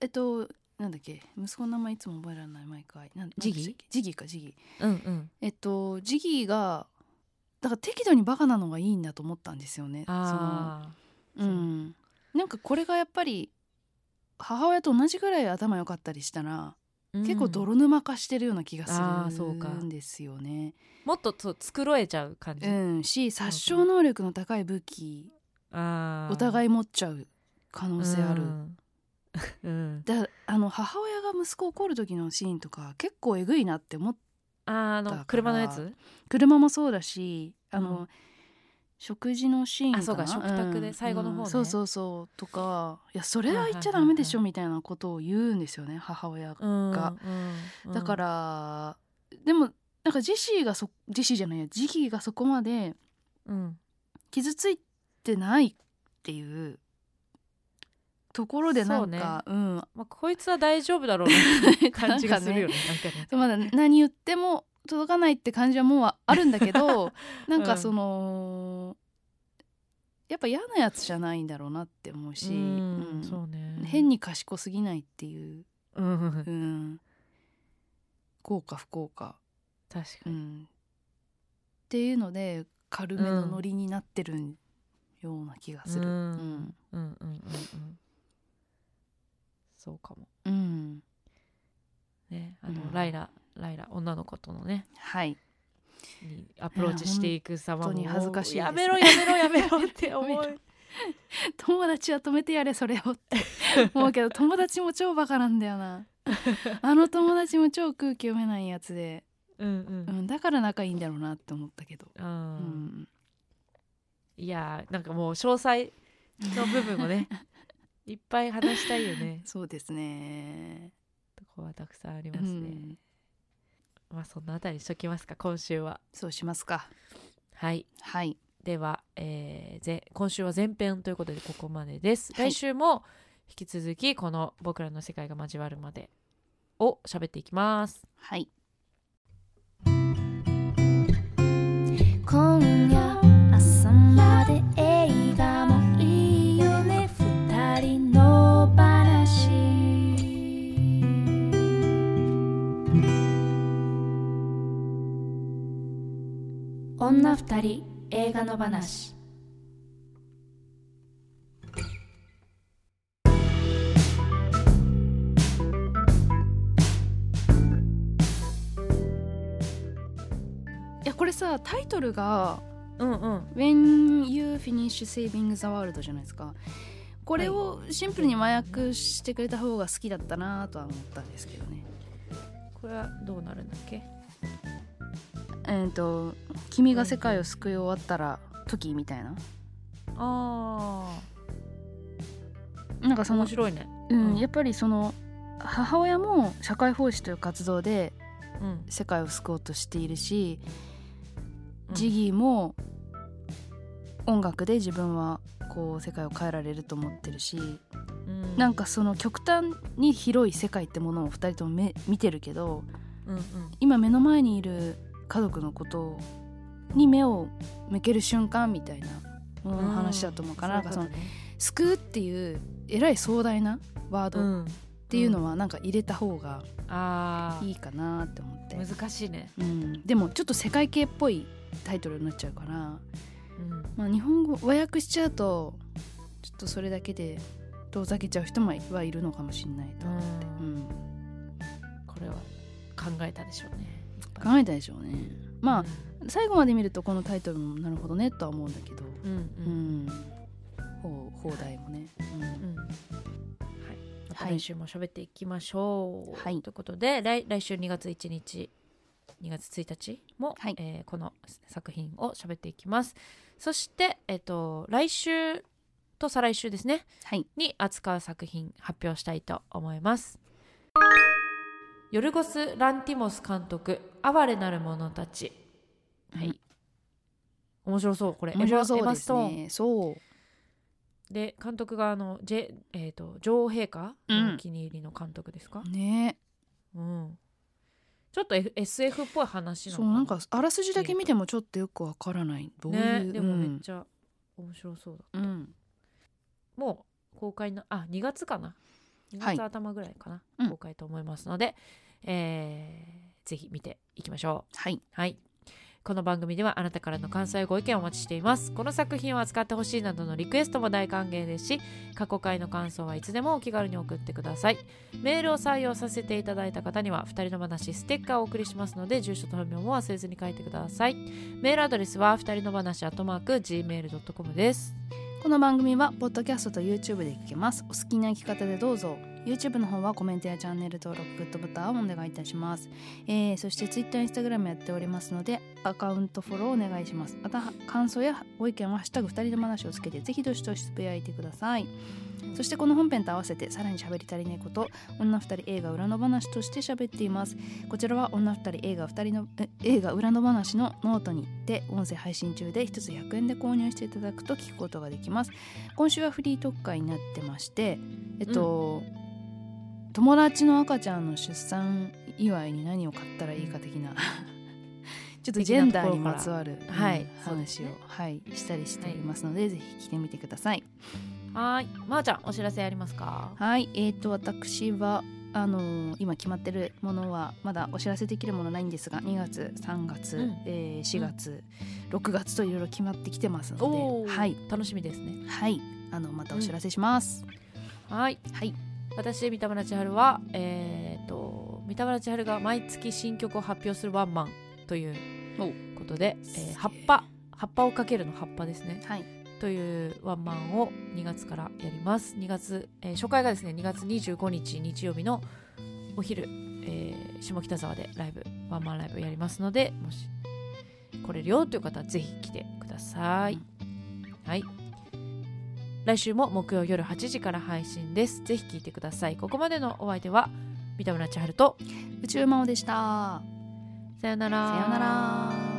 B: えっとなんだっけ息子の名前いつも覚えられない毎回なん
A: ジギー
B: なんでしたっけジギーかジギー
A: うんうん
B: えっとジギーがだから適度にバカなのがいいんだと思ったんですよね
A: あ
B: そのうんなんかこれがやっぱり母親と同じぐらい頭良かったりしたら、
A: あ、うん
B: 結構泥沼化してるような気が
A: あー
B: す
A: そうか
B: るんですよね。
A: もっとそう繕えちゃう感じ、
B: うん、し殺傷能力の高い武器
A: あ
B: お互
A: い
B: い持っちゃう可能性ある
A: うん、うん
B: だあの母親が息子を怒る時のシーンとか結構えぐいなって思っ
A: あーあ
B: だか
A: の
B: ら
A: 車のやつ
B: 車もそうだしあの、
A: うん
B: 食事のシーンかな
A: あそうか食卓で
B: ん
A: 最後の方ね
B: うんそうそうそうとかいやそれは言っちゃダメでしょみたいなことを言うんですよね母親が、
A: うん
B: が
A: うん
B: だからでもなんかジェシーがそジェシーじゃないやジギーがそこまで
A: うん
B: 傷ついてないっていうところでなんかう,、ん
A: まあ、こいつは大丈夫だろうな っていう感じがするよね
B: そうまだ何言っても届かないって感じはも うあるんだけどなんかその、やっぱ嫌なやつじゃないんだろうなって思うし、
A: なんかね
B: う
A: うんんそうね
B: 変に賢すぎないっていう、
A: うん
B: うん、幸か不幸か、
A: 確か
B: う
A: に
B: ん、っていうので軽めのノリになってるような気がする。
A: う
B: うんん
A: うんうんうんうんそうかも
B: うん
A: ねあの、
B: うん
A: ライラライラ女の子とのね
B: はい
A: にアプローチしていく様も
B: いや本当に恥ずかしいです
A: やめろやめろやめろって思
B: や
A: う
B: 友達は止めてやれそれをって 思うけど友達も超バカなんだよなあの友達も超空気読めないやつで、
A: うんう
B: うんん、だから仲いいんだろうなって思ったけど、う
A: あー
B: ん
A: いやーなんかもう詳細の部分もねいっぱい話したいよ ね
B: そうですね
A: とこはたくさんありますね、
B: うん
A: まあそんなあたりにしときますか今週は
B: そうしますか
A: はい
B: はい
A: では、えーぜ今週は前編ということでここまでです、
B: はい
A: 来週も引き続きこの「僕らの世界が交わるまで」を喋っていきます
B: はい
C: 今夜朝まで映画もいいよね二人の話女二人映画の話
B: いやこれさタイトルが
A: うんうん
B: 「When You Finish Saving the World」じゃないですかこれをシンプルに麻薬してくれた方が好きだったなとは思ったんですけどね
A: これはどうなるんだっけ
B: えっと「君が世界を救い終わったら時」みたいな
A: あ
B: なんか
A: あ
B: その
A: 面白いね
B: うん、
A: うん
B: やっぱりその母親も社会奉仕という活動で
A: うん
B: 世界を救おうとしているし、
A: うん
B: ジギーも音楽で自分はこう世界を変えられると思ってるし、
A: うん
B: なんかその極端に広い世界ってものを2人ともめ見てるけど
A: うんうん
B: 今目の前にいる家族のことに目を向ける瞬間みたいなものの話だと思うから、
A: ん
B: なんかその
A: ういうこ
B: 「救う」っていうえらい壮大なワー
A: と
B: ドっ
A: ね
B: ていうのはなんか入れた方が、
A: うんあ
B: いいかなって思って
A: あ、難しいね
B: うん、でもちょっと世界系っぽいタイトルになっちゃうか
A: う
B: ら、
A: ん
B: まあ、日本語和訳しちゃうとちょっとそれだけで遠ざけちゃう人もはいるのかもしれないと、う
A: うん
B: ん、
A: これは考えたでしょうね
B: 考えたでしょうねまあ最後まで見るとこのタイトルもなるほどねとは思うんだけど、
A: うんう
B: うんん放放題もね、うん
A: うん
B: は
A: 来
B: い
A: 週も喋っていきましょう。
B: はい
A: ということで来来週2月1日2月1日も、
B: はい
A: えーこの作品を喋っていきます。そして、えっと来週と再来週ですね
B: はい
A: に扱う作品発表したいと思います。ヨルゴス・ランティモス監督「哀れなる者たち」はい、
B: うん
A: 面白そうこれ
B: 面白そ
A: エ
B: う
A: マエ
B: で
A: マス
B: す
A: トーン
B: ねそう
A: で監督があの、ジェえー、と女王陛下
B: うん
A: のお気に入りの監督ですか、
B: ね
A: うんちょっと、F、SF っぽい話な
B: そ
A: の
B: う
A: かな
B: なんかあらすじだけ見てもちょっとよくわからないどういう、
A: ねでもめっちゃ面白そうだ、
B: うん、うん
A: もう公開のあ2月かな2
B: はい
A: 月頭ぐらいかな、
B: うん
A: 公開と思いますので、えーぜひ見ていきましょう
B: はい
A: はい。この番組ではあなたからの感想やご意見をお待ちしています。この作品を扱ってほしいなどのリクエストも大歓迎ですし、過去回の感想はいつでもお気軽に送ってください。メールを採用させていただいた方には、二人の話ステッカーをお送りしますので、住所と本名も忘れずに書いてください。メールアドレスは、二人の話アットマーク gmail.com です。
B: この番組はポッドキャストと YouTube で聞けますお好きな生き方でどうぞ YouTube の方はコメントやチャンネル登録グッドボタンをお願いいたします、えー、そして TwitterInstagram やっておりますのでアカウントフォローお願いしますまた感想やご意見は「ハッシュタグ二人の話」をつけてぜひどしどしつぶやいてくださいそしてこの本編と合わせてさらに喋り足りないこと女二人映画裏の話として喋っていますこちらは女二人映画二人のえ映画裏の話のノートにて音声配信中で一つ100円で購入していただくと聞くことができます今週はフリー特会になってましてえっと、友達の赤ちゃんの出産祝いに何を買ったらいいか的 なちょっとジェンダーにまつわる、うん
A: はいそうです
B: 話を、
A: ね
B: はい、したりしていますので、ぜひ来てみてください
A: はーい。まー、ちゃん、お知らせありますか
B: はい、えー、と私はあのー今決まってるものはまだお知らせできるものないんですが2月3月、
A: うん
B: えー4月、6月といろいろ決まってきてますの
A: お
B: で
A: ー
B: はい、
A: 楽しみですね。
B: はい、あのまたお知らせします、
A: はい。
B: はい
A: 私三田村千春はえー、と三田村千春が毎月新曲を発表するワンマンということで、えー
B: すげえ
A: 葉っぱ葉っぱをかけるの葉っぱですね
B: はい
A: というワンマンを2月からやります2月、えー初回がですね2月25日日曜日のお昼、えー下北沢でライブワンマンライブやりますのでもし来れるよという方はぜひ来てください、はい来週も木曜夜8時から配信ですぜひ聞いてくださいここまでのお相手は三田村千春と
B: 宇宙魔王でした
A: さよなら
B: さようなら